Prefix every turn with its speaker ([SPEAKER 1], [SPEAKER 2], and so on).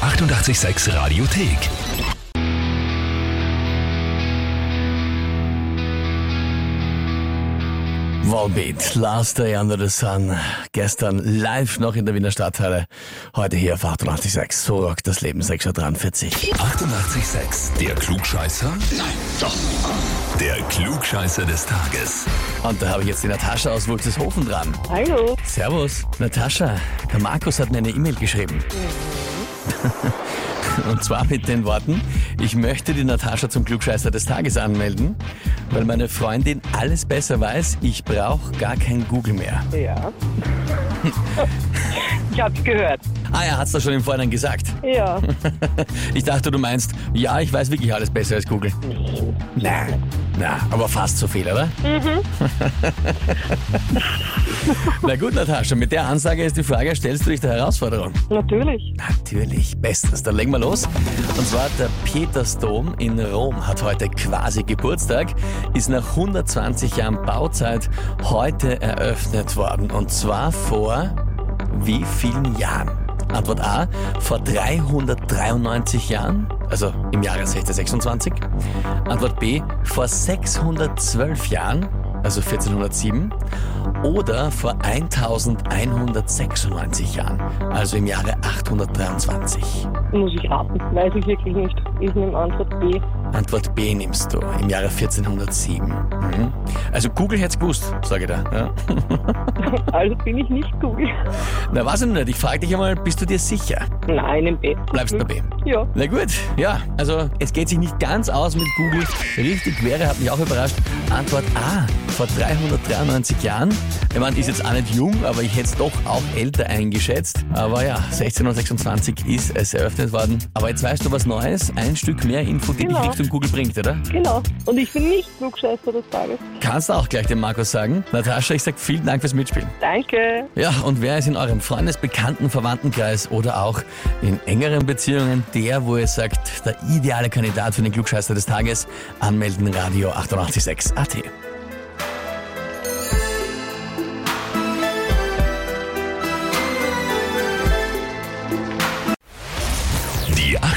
[SPEAKER 1] 886 Radiothek.
[SPEAKER 2] Volbeat, Last Day Under the Sun. Gestern live noch in der Wiener Stadthalle. Heute hier auf 886. So rockt das Leben 6.43 Uhr.
[SPEAKER 1] 886, der Klugscheißer? Nein, doch. Der Klugscheißer des Tages.
[SPEAKER 2] Und da habe ich jetzt die Natascha aus Wulzeshofen dran.
[SPEAKER 3] Hallo.
[SPEAKER 2] Servus. Natascha, der Markus hat mir eine E-Mail geschrieben. Und zwar mit den Worten, ich möchte die Natascha zum Klugscheißer des Tages anmelden, weil meine Freundin alles besser weiß, ich brauche gar kein Google mehr.
[SPEAKER 3] Ja. ich hab's gehört.
[SPEAKER 2] Ah, er hat's da schon im Vorhinein gesagt.
[SPEAKER 3] Ja.
[SPEAKER 2] Ich dachte, du meinst, ja, ich weiß wirklich alles besser als Google. Na, na, aber fast so viel, oder? na gut, Natascha, mit der Ansage ist die Frage, stellst du dich der Herausforderung?
[SPEAKER 3] Natürlich.
[SPEAKER 2] Natürlich, bestens. Dann legen wir los. Und zwar der Petersdom in Rom hat heute quasi Geburtstag, ist nach 120 Jahren Bauzeit heute eröffnet worden. Und zwar vor wie vielen Jahren? Antwort A, vor 393 Jahren, also im Jahre 1626. Antwort B, vor 612 Jahren, also 1407. Oder vor 1196 Jahren, also im Jahre 823.
[SPEAKER 3] Muss ich raten. Weiß ich wirklich nicht. Ich nehme Antwort B.
[SPEAKER 2] Antwort B nimmst du, im Jahre 1407. Mhm. Also Google hätt's gewusst, sage ich da. Ja.
[SPEAKER 3] Also bin ich nicht Google.
[SPEAKER 2] Na, weiß ich noch nicht. Ich frage dich einmal, bist du dir sicher?
[SPEAKER 3] Nein, im B.
[SPEAKER 2] Bleibst bei
[SPEAKER 3] Mhm.
[SPEAKER 2] B.
[SPEAKER 3] Ja.
[SPEAKER 2] Na gut, ja, also es geht sich nicht ganz aus mit Google. Richtig wäre, hat mich auch überrascht. Antwort A, vor 393 Jahren. Der Mann ist jetzt auch nicht jung, aber ich hätte es doch auch älter eingeschätzt. Aber ja, 1626 ist es eröffnet worden. Aber jetzt weißt du was Neues, ein Stück mehr Info, die
[SPEAKER 3] Genau.
[SPEAKER 2] dich Richtung Google bringt, oder?
[SPEAKER 3] Genau. Und ich bin nicht Flugscheißer des Tages.
[SPEAKER 2] Kannst du auch gleich dem Markus sagen. Natascha, ich sag vielen Dank fürs Mitspielen.
[SPEAKER 3] Danke.
[SPEAKER 2] Ja, und wer ist in eurem Freundes-, Bekannten-, Verwandtenkreis oder auch in engeren Beziehungen der, wo ihr sagt, der ideale Kandidat für den Klugscheißer des Tages? Anmelden Radio 886 AT.
[SPEAKER 1] Die